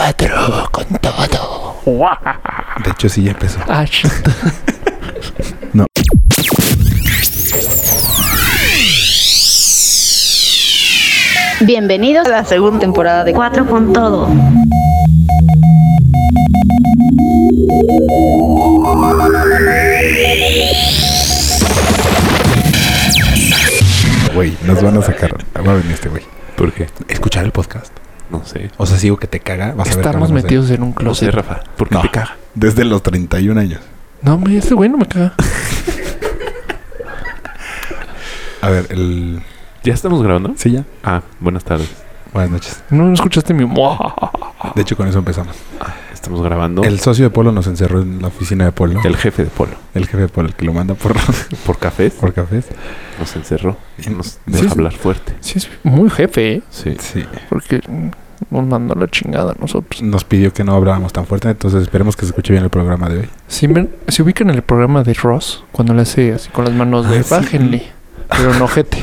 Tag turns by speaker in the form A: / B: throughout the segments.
A: cuatro con todo.
B: De hecho, sí ya empezó.
A: Ash.
B: No.
C: Bienvenidos a la segunda temporada de Cuatro con Todo.
B: Güey, nos van a sacar. Va a venir este güey.
D: ¿Por qué?
B: Escuchar el podcast.
D: No sé.
B: O sea, sigo que te caga. Vas a ver
A: Estamos
B: cómo nos-
A: metidos en un
D: No sé,
A: closet.
D: Rafa. ¿Por qué
B: No.
D: te caga?
B: Desde los 31 años.
A: No, hombre, este güey no me caga.
B: A ver, el.
D: ¿Ya estamos grabando?
B: Sí, ya.
D: Ah, buenas tardes.
B: Buenas noches.
A: No no escuchaste mi.
B: De hecho, con eso empezamos.
D: Estamos grabando el,
B: El socio de Polo nos encerró en la oficina de Polo. El,
D: jefe de Polo.
B: jefe de Polo, el que lo manda por,
D: Por cafés
B: por cafés.
D: nos encerró y no nos
B: Sí,
D: deja
B: sí.
D: hablar fuerte.
A: Sí, es muy jefe, ¿eh?
D: Sí.
B: Sí.
A: Porque nos mandó la chingada a nosotros.
B: Nos pidió que no habláramos tan fuerte, entonces esperemos que se escuche bien el programa de hoy.
A: Si, ven- si ubican el programa de Ross, cuando le hace así con las manos de
B: Ah, sí.
A: bájenle, pero no jete.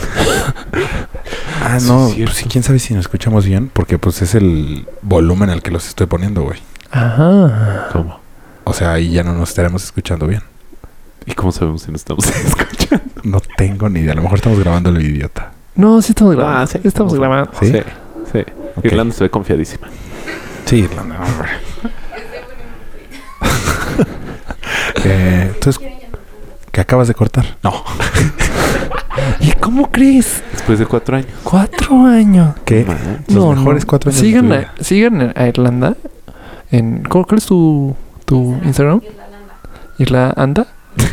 B: Ah,
D: Sí,
B: no.
D: es cierto.
B: pues, sí, quién sabe si nos escuchamos bien, porque pues es el volumen al que los estoy poniendo, güey.
A: Ajá.
D: ¿Cómo?
B: O sea, ahí ya no nos estaremos escuchando bien.
D: ¿Y cómo sabemos si nos estamos escuchando?
B: No tengo ni idea. A lo mejor estamos grabando lo idiota.
A: No, sí estamos
D: Ah,
A: grabando.
D: sí.
A: Estamos grabando.
B: ¿Sí?
D: Sí. sí.
B: Ok.
D: Irlanda se ve confiadísima.
B: Sí, Irlanda, hombre. Eh, entonces, ¿qué acabas de cortar? No.
A: ¿Y cómo crees?
D: Después de cuatro años.
A: Cuatro años.
B: ¿Qué?
D: Man,
B: Los mejores cuatro años de
A: Sigan,
B: tu
A: a,
B: vida.
A: sigan a Irlanda. En, ¿cuál, cuál es tu, tu Instagram? Irlanda.
D: ¿ah?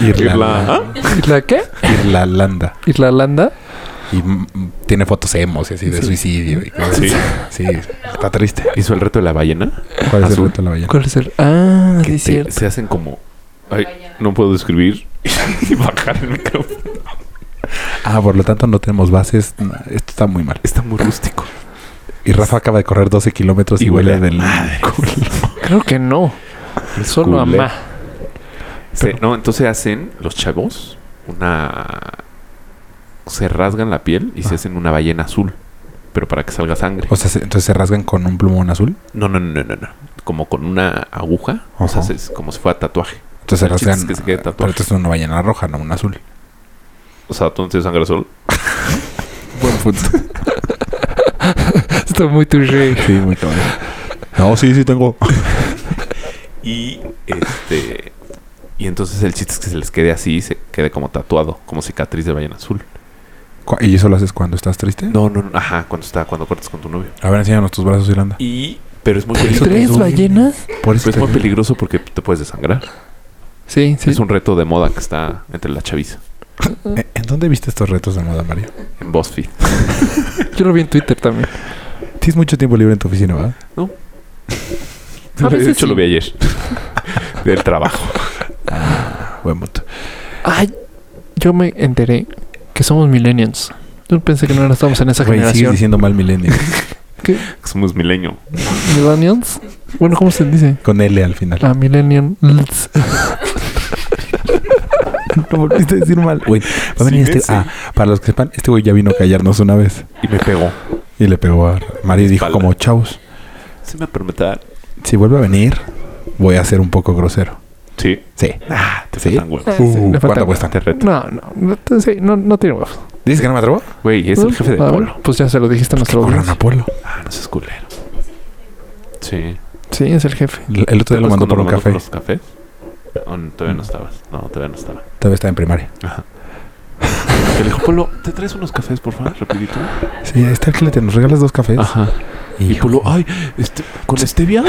B: Irlanda.
A: ¿Irla qué?
B: Irlanda.
A: Irlanda.
B: Y mm, mm, tiene fotos emos y así de
A: Sí.
B: suicidio. Y cosas.
D: Sí.
B: así. Sí, está triste.
D: ¿Hizo el reto de la ballena?
B: ¿Cuál es el
D: Azul.
B: reto de la ballena?
A: ¿Cuál es el? Ah, sí,
D: Que
A: es
D: te-
A: cierto.
D: se hacen como... Ay, no puedo describir. y bajar el micrófono.
B: Ah, por lo tanto no tenemos bases. No, Esto está muy mal.
D: Está muy rústico.
B: Y Rafa acaba de correr 12 kilómetros y,
D: Y
B: huele
D: huele a
B: del culo.
A: Creo que no. Solo a
D: culero.
A: ma.
D: Sí, no, entonces hacen los chavos una. Se rasgan la piel y se hacen una ballena azul. Pero para que salga sangre.
B: O sea, se- entonces se rasgan con un plumón azul.
D: No, no, no, no, no, no. Como con una aguja. O sea,
B: Ajá.
D: se- es como si fuera tatuaje.
B: Entonces se
D: El chiste
B: rasgan. eh,
D: es que se quede
B: pero
D: tatuaje.
B: entonces una ballena roja, no una azul.
D: O sea, tú no tienes sangre azul.
B: Buen
D: pues,
B: punto.
A: Está muy touché.
B: Sí, muy cabrón. No, sí, sí tengo.
D: Y este. Y entonces el chiste es que se les quede así y se quede como tatuado, como cicatriz de ballena azul.
B: Cu- ¿Y eso lo haces cuando estás triste?
D: No, no, no. Ajá, cuando está, cuando cortas con tu novio.
B: A ver, enséñanos tus brazos, Irlanda.
D: Y. Pero es muy peligroso.
A: ¿Tres
B: duele.
A: ballenas?
B: Por
D: Pero
B: eso
D: es
B: te-
D: Pues, muy peligroso porque te puedes desangrar.
A: Sí, sí.
D: Es un reto de moda que está entre la chaviza.
B: ¿Eh, ¿En dónde viste estos retos de moda, Mario?
D: En BuzzFeed.
A: Yo lo vi en Twitter también.
B: Tienes mucho tiempo libre en tu oficina, ¿verdad?
A: A
D: de
A: veces
D: hecho,
A: sí.
D: lo vi ayer. Del trabajo.
B: Buen punto.
A: Ay, yo me enteré que somos millennials. Yo pensé que no estábamos en esa
B: Güey, sigues
A: generación.
B: diciendo mal milenio.
A: ¿Qué?
D: Somos milenio.
A: ¿Millennials? Bueno, ¿cómo se dice?
B: Con L al final.
D: Ah,
A: La millennials.
B: Lo volviste a decir mal. Güey, va a venir
D: Sí,
B: este.
D: sí.
B: Ah, para los que sepan, este güey ya vino a callarnos una vez.
D: Y me pegó.
B: Y le pegó a Mario y dijo
D: Espalda.
B: como chavos.
D: ¿Se me permita?
B: Si vuelve a venir, voy a ser un poco grosero.
D: Sí.
B: Sí.
D: Ah, te
B: ¿Sí?
D: faltan huevos.
A: Sí, le
B: Uh,
A: falta-
B: ¿Cuánto cuestan?
D: Te reto.
A: No, no, no, sí, no, no tiene huevos.
B: ¿Dices que no me atrevo?
D: Güey, es el jefe de
A: Ah,
D: Polo.
A: bueno, pues ya se lo dijiste a nuestro
B: Corran a
A: audiencia.
B: Polo.
D: Ah, no seas culero. Sí.
A: Sí, es el jefe.
B: El el otro día lo
D: ¿Te acuerdas
B: mandó
D: cuando
B: por un
D: mandó
B: café. Mm.
D: los cafés? Oh, no, todavía no estabas. No, todavía no estaba.
B: Todavía está en primaria.
D: Ajá. Que le dijo, Polo, ¿te traes unos cafés, por favor? Rapidito.
B: Sí, ahí está el cliente. ¿Nos regalas dos cafés?
D: Ajá. Y
B: Hijo.
D: Polo, ay, este, con stevia.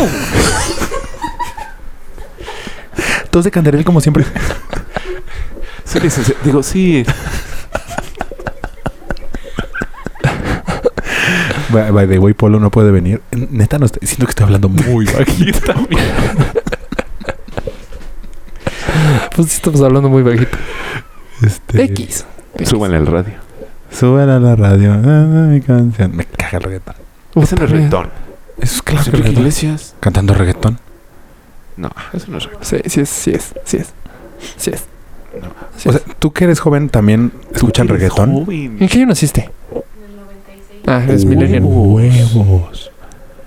B: Dos de Canderel como siempre.
D: Sí, licencia. Digo, sí.
B: By by the way, Polo no puede venir. Neta, no está- siento que estoy hablando muy
D: Aquí también.
A: Pues sí estamos hablando muy bajito.
B: este,
A: X.
D: Súbanle el radio.
B: Súbela a la radio. Ah, mi canción. Me caga el reggaetón.
D: Ese
A: eh,
D: no es reggaetón.
B: Eso es
D: Claro,
B: que reggaetón.
D: Iglesias.
B: Cantando reggaetón.
D: No, eso no es reggaetón.
A: Sí, sí es, sí es, sí es. Sí es.
D: No.
A: Sí
B: O
A: es.
B: sea, tú que eres joven también escuchan
D: Eres
B: reggaetón.
D: joven.
A: ¿En qué año naciste? Ah, eres
B: Huevos.
A: millennial.
B: Huevos.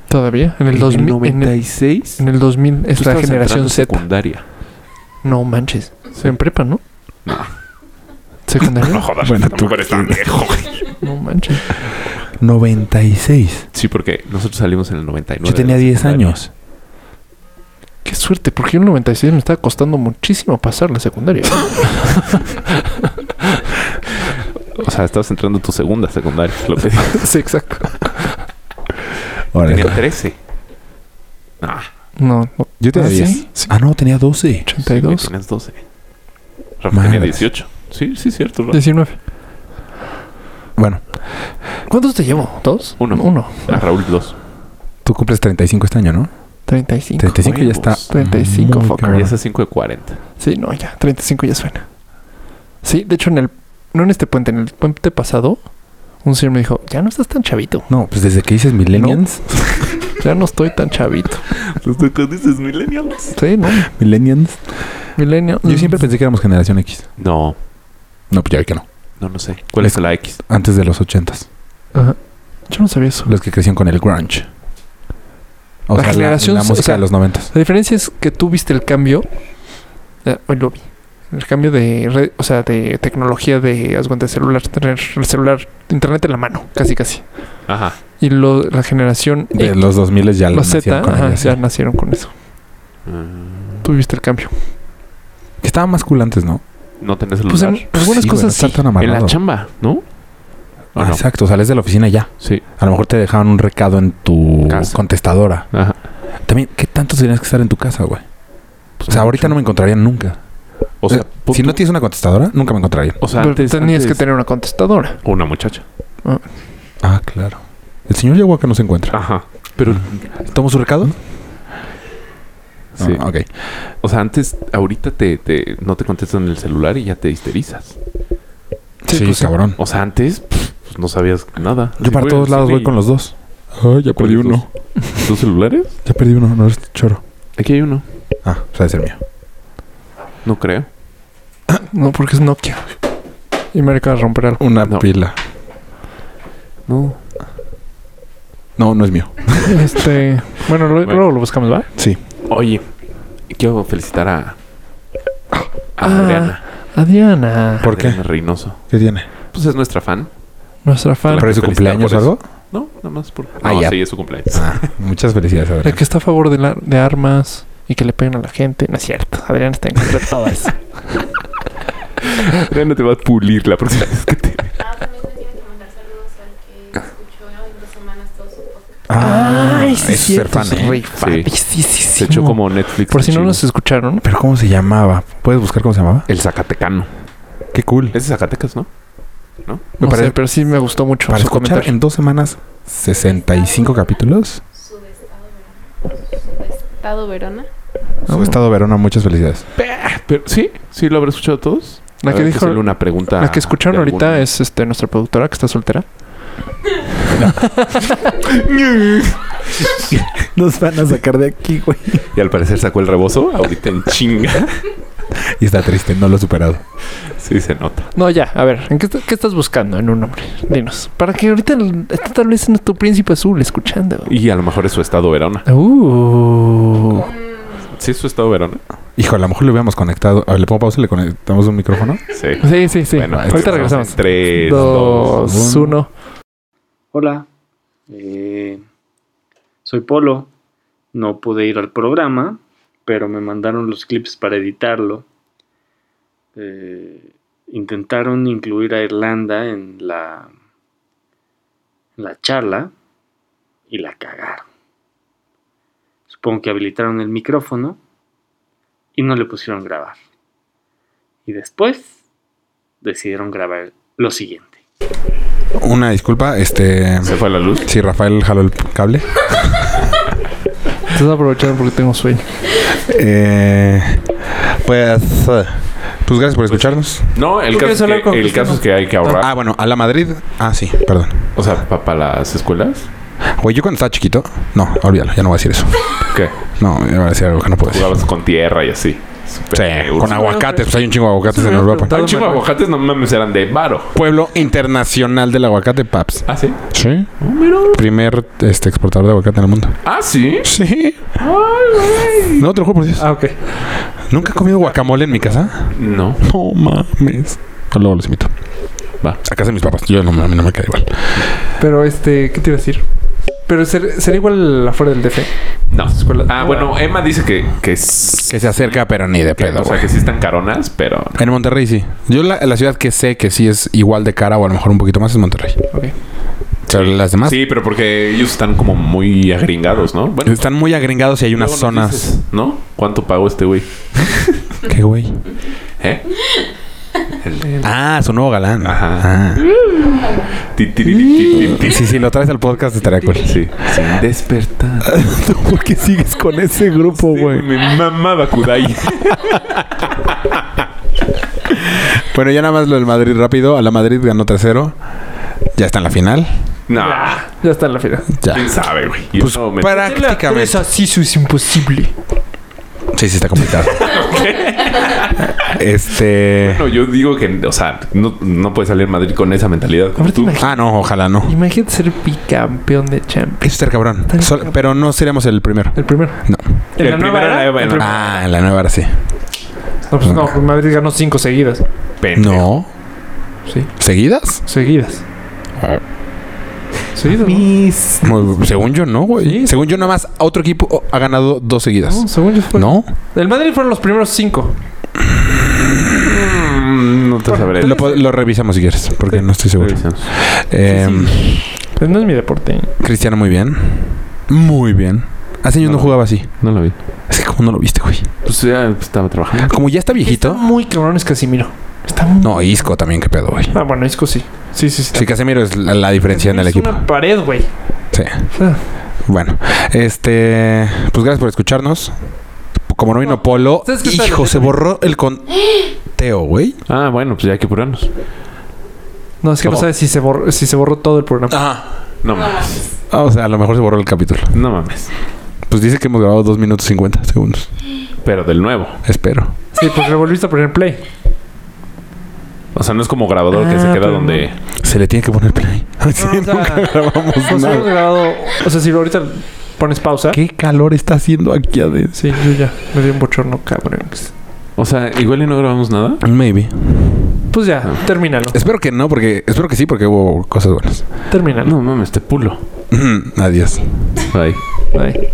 A: Todavía. En el, 2000, en, el,
D: 96.
A: en el 2000
D: tú
A: está
D: estabas entrando
A: generación
D: a
A: Z.
D: secundaria.
A: No manches.
D: Sí.
A: En prepa, ¿no?
D: No.
A: Secundaria.
D: jodas,
B: Bueno,
D: tampoco
B: tú-
D: eres tan viejo.
A: no manches.
B: 96.
D: Sí, porque nosotros salimos en el 99.
B: Yo tenía
D: de la
B: 10
D: secundaria.
B: años.
A: Qué suerte, porque yo en el 96 me estaba costando muchísimo pasar la secundaria.
D: O sea, estabas entrando en tu segunda secundaria. es Lo que digo.
A: sí, exacto.
B: Ahora,
D: tenía 13. Ah,
A: No, no,
B: yo tenía
A: ¿Ah, sí?
B: 10.
A: Sí.
B: Ah, no, tenía 12.
A: 82,
D: Sí, güey, tenías 12. Rafa
B: Madres.
D: tenía 18. Sí, sí, cierto. Rafa.
A: 19.
B: Bueno,
A: ¿Cuántos te llevo? ¿Dos?
D: Uno.
A: Uno.
D: A Ah, Raúl 2.
B: tú cumples 35 este año, ¿no?
A: 35.
B: 35 ya está.
D: Huevos.
A: 35,
B: muy
A: fuck.
B: cabrón.
D: Y ese 5 de 40.
A: Sí, no, ya. 35 ya suena. Sí, de hecho, en el. No en este puente, en el puente pasado, un señor me dijo: Ya no estás tan chavito.
B: No, pues desde que dices millennials.
A: Ya no estoy tan chavito.
D: ¿Los dices millennials?
A: Sí, ¿no?
B: Millennials.
A: Milenio. mm,
B: Yo siempre pensé que éramos generación X.
D: No,
B: No, pues ya vi que no.
D: no, no sé. ¿Cuál es la X?
B: Antes de los 80
A: Ajá. Yo no sabía eso.
B: Los que crecieron con el grunge. O
A: La
B: sea,
A: generación,
B: la,
A: o
B: música
A: sea-
B: de los 90
A: La diferencia es que tú viste el cambio. eh, Hoy lo vi. El cambio de red, o sea, de tecnología de, haz cuenta, de celular, tener el celular, internet en la mano, casi casi.
D: Ajá.
A: Y lo, la generación
B: De
A: X,
B: los 2000 ya
A: los Z,
B: nacieron con
A: ajá,
B: ella, sí.
A: ya nacieron con eso.
D: Mm,
A: Tú viste el cambio.
B: Que estaba más cool antes, ¿no?
D: No tenés
A: Pues
D: celular.
A: en, pues
B: Ah,
A: algunas
B: Sí, güey, no
A: cosas
B: estar
A: sí.
B: tan
D: en la
B: amarrado.
D: chamba, ¿no? ¿O
B: Ah,
D: no?
B: Exacto, sales de la oficina y ya.
D: Sí.
B: A lo mejor te dejaban un recado en tu
D: Casa.
B: contestadora.
D: Ajá.
B: También, ¿qué tanto tenías que estar en tu casa, güey? O sea, ahorita no me encontrarían nunca.
D: O sea, pon
B: si
D: tú-
B: no tienes una contestadora, nunca me encontrarían.
D: O sea,
A: Pero
D: antes,
A: tenías que
D: antes-
A: tener una contestadora.
D: o Una muchacha.
B: Ah, claro. El señor llegó acá no se encuentra.
D: Ajá. Pero,
B: ¿Tomo su recado?
D: sí.
B: Ah, ok.
D: O sea, antes, ahorita te, te, no te contestan el celular y ya te histerizas.
B: Sí,
A: pues sí.
B: cabrón.
D: O sea, antes pff, pues no sabías nada.
B: Yo para todos lados voy con los dos. Ay, Ah, ya perdí uno.
D: ¿Dos celulares?
B: Ya perdí uno, no eres choro.
D: Aquí hay uno.
B: Ah, o sea, es el mío.
D: No creo.
A: No, porque es Nokia. Y me acaba de romper algo.
B: Una
D: No.
B: pila.
D: No.
B: No, no es mío.
A: Este, bueno, lo-
D: Bueno.
A: luego lo buscamos, ¿va?
B: Sí.
D: Oye, quiero felicitar a, a
A: Ah,
D: Adriana.
A: A Diana,
B: ¿Por qué?
D: Adriana Reynoso.
B: ¿Qué tiene?
D: Pues es nuestra fan.
A: nuestra fan.
D: Pero-
B: ¿Para su
D: felicitar
B: cumpleaños o
D: por
B: algo?
D: No, nada más por.
B: Ah,
D: no,
B: ya.
D: sí, es su cumpleaños.
B: Ah, muchas felicidades,
A: El
B: Adrián.
A: que está a favor de, la- de armas y que le peguen a la gente. No es cierto. Adrián está en contra de todo eso.
D: Adriana te va a pulir la próxima vez que te.
E: Ah, también le tiene que mandar saludos al que escuchó en dos semanas todo su podcast.
B: Ah, es ser fan,
A: es
B: ¿eh?
A: re fan.
D: Sí.
A: Sí, sí, sí.
D: Se echó
A: no.
D: como Netflix.
A: Por si no
D: chino.
A: nos escucharon,
B: Pero ¿cómo se llamaba? ¿Puedes buscar cómo se llamaba? Eh,
D: El Zacatecano.
B: Qué cool.
D: Es de Zacatecas, ¿no?
A: no
B: parece-
A: sé, pero sí me gustó mucho
B: Para
A: su
B: escuchar
A: comentario.
B: en dos semanas 65 capítulos.
E: Sudestado Verona. Sudestado Verona.
B: Su estado Verona, muchas felicidades.
D: Pero, sí, sí, lo habré escuchado todos.
A: La que
D: Habrá
A: dijo,
D: hacerle pues, una pregunta.
A: la que escucharon
D: de algún-
A: ahorita es este nuestra productora que está soltera.
B: Nos van a sacar de aquí, güey.
D: Y al parecer sacó el rebozo. Ahorita en chinga.
B: Y está triste, no lo he superado.
D: Sí, se nota.
A: No, ya, a ver, ¿en qué, est- qué estás buscando en un hombre? Dinos. Para que ahorita el- está tal vez en tu príncipe azul escuchando.
D: Y a lo mejor es su estado Verona.
A: Uh,
D: Sí, es su estado Verona.
B: Hijo, a lo mejor le hubiéramos conectado. A ver, le pongo pausa y le conectamos un micrófono.
D: Sí.
A: sí, sí, sí.
D: Bueno, pues, este,
A: ahorita regresamos.
D: Tres, dos.
A: Dos, uno.
F: Hola, eh, soy Polo. No pude ir al programa, pero me mandaron los clips para editarlo. Eh, intentaron incluir a Irlanda en la, en la charla y la cagaron. Supongo que habilitaron el micrófono y no le pusieron grabar. Y después decidieron grabar lo siguiente.
B: Una disculpa, este.
D: Se fue la luz.
B: Si Rafael jaló el cable.
A: Estás aprovechando porque tengo sueño.
B: Eh, pues. eh, Pues gracias por escucharnos.
D: No, el,
A: ¿Tú
D: caso
A: quieres
D: es,
A: hablar con
D: que, el
A: Cristiano?
D: caso es que hay que ahorrar.
B: Ah, bueno, a la Madrid. Ah, sí, perdón.
D: o sea, para las escuelas.
B: Güey, yo cuando estaba chiquito. No, olvídalo, ya no voy a decir eso.
D: ¿Qué?
A: Pues.
B: No, ya voy a decir algo que no puedo decir.
D: Jugabas con tierra y así.
B: Sí, con aguacates. Pues hay un chingo de aguacates
A: Sí,
B: en
A: me había
B: Europa.
A: preguntado.
D: Tan Ah, chingo de aguacates, no mames, eran de varo.
B: Pueblo internacional del aguacate, paps.
D: ¿Ah, sí?
B: Sí.
D: Oh, mira.
B: Primer este, exportador de aguacate en el mundo.
D: ¿Ah, sí?
B: Sí.
D: Ay, güey.
B: No, te lo juro por Dios.
A: Ah, ok.
B: ¿Nunca he comido guacamole en mi casa?
D: No.
B: No mames. Luego los invito.
D: Va.
B: A casa de mis papás. Yo no, me- a mí no me queda igual.
A: Pero este, ¿qué te iba a decir? Pero ser- será igual afuera del DF.
D: No.
A: Escuela-
D: Ah, bueno, Emma dice que, que, s-
B: Que se acerca, pero ni de
D: que-
B: pedo,
D: o sea,
B: güey.
D: que sí están caronas, pero
B: En Monterrey sí. Yo la, la ciudad que sé que sí es igual de cara o a lo mejor un poquito más es Monterrey.
A: Ok.
B: Pero las demás
D: Sí, pero porque ellos están como muy agringados, ¿no? Bueno,
B: están muy agringados y hay unas
D: luego
B: zonas.
D: nos dices, ¿No? ¿Cuánto pagó este güey?
B: ¿Qué güey?
D: ¿Eh? El- el-
B: Ah, su nuevo galán.
D: Ajá.
B: Ajá. Ah.
D: ti, ti, ti, ti, ti, ti.
B: Sí, sí, lo traes al podcast estaría cool.
D: Sí. Sin despertar.
B: Ah, ¿Por qué sigues con ese grupo,
D: Sí, mi mamá Bakudai.
B: Bueno, ya nada más lo del Madrid rápido. A la Madrid ganó 3-0. Ya está en la final.
D: nah,
A: Ya está en la final.
B: Ya.
D: quién sabe, güey. Yo
B: Pues
D: no me-
B: prácticamente.
A: así, eso es imposible.
B: Sí, sí, está complicado. Este.
D: No, yo digo que, o sea, no, no puede salir Madrid con esa mentalidad. como
A: Aparte,
D: tú.
A: imagínate,
B: Ah, no, ojalá no. Eso
A: imagínate ser bicampeón de Champions.
B: está cabrón. Sol- pero no seríamos el primero.
A: El primero.
B: No.
A: ¿En
D: El
A: la nueva
D: primero eh,
A: era?
D: en la nueva
A: El
D: era.
A: primero.
B: Ah, en la nueva ahora sí.
A: No, pues no, pues Madrid ganó cinco seguidas.
D: Pendejo.
B: No.
A: Sí,
B: ¿Seguidas?
A: seguidas.
B: Ah.
A: Seguidas. ¿no?
D: Mis-
B: Muy- según yo, no, güey. Según yo, nada más otro equipo oh, ha ganado dos
A: No,
B: seguidas.
A: según yo fue.
B: ¿No? pues,
A: El Madrid fueron los primeros cinco.
D: Mm, no te sabré.
B: Lo, po- lo revisamos si quieres, porque no estoy seguro.
D: Revisamos.
B: Em,
A: Pues no es mi deporte.
B: Cristiano, muy bien. Muy bien. Hace años no,
D: No.
B: jugaba así.
D: No lo vi.
B: Es que, ¿cómo no lo viste, güey?
D: Pues ya estaba trabajando.
B: Como ya está
A: Está
B: viejito.
A: muy cabrón es Casimiro. Está muy...
B: No, Isco también, qué pedo, güey.
A: Ah, bueno, Isco sí. Sí, sí, sí.
B: Sí, Casemiro es la, la diferencia en el
A: es
B: equipo.
A: una pared, güey. Ah,
B: Sí.
A: O sea,
B: Bueno, este. Pues gracias por escucharnos. Como no vino Polo,
A: ¿Sabes qué está
B: hijo,
A: bien?
B: se borró el conteo, güey.
D: Ah, bueno, pues ya hay que apurarnos.
A: no, es que no,
B: No.
A: sabes si se, borró, si se borró todo el programa.
B: Ajá.
D: No mames.
B: Ah, o sea, a lo mejor se borró el capítulo.
D: No mames.
B: Pues dice que hemos grabado 2 minutos 50 segundos.
D: Pero del nuevo.
B: Espero.
A: Sí, porque le volviste a poner play.
D: O sea, no es como grabador que
A: Ah,
D: se queda
A: pero
D: donde.
B: Se le tiene que poner play. Sí,
A: o sea,
B: nunca grabamos
A: O sea, si hemos
B: nada.
A: grabado... Pues, O sea, si ahorita pones pausa...
B: Ah, Qué calor está haciendo aquí adentro.
A: Sí, yo ya. Me dio un bochorno, cabrón.
D: O sea, igual y no grabamos nada.
B: Maybe.
A: Pues ya,
B: Ah.
A: termínalo.
B: Espero que no, porque espero que sí, porque hubo cosas buenas.
A: Termínalo.
D: No mames, te pulo.
B: Adiós.
D: Ay.
A: Ahí.